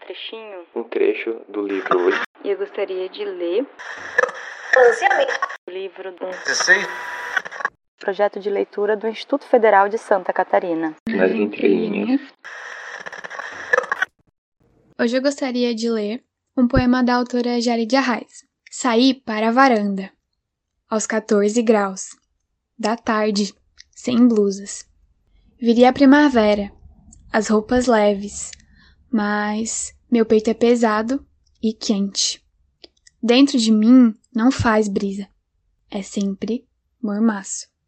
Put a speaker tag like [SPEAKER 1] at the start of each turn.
[SPEAKER 1] trechinho
[SPEAKER 2] um trecho do livro
[SPEAKER 1] e eu gostaria de ler o livro do projeto de leitura do Instituto Federal de Santa Catarina.
[SPEAKER 2] Nas Entrelinhas.
[SPEAKER 3] Hoje eu gostaria de ler um poema da autora Jared Arraes, Saí para a varanda, aos 14 graus, da tarde, sem blusas. Viria a primavera, as roupas leves, mas meu peito é pesado e quente. Dentro de mim não faz brisa, é sempre mormaço.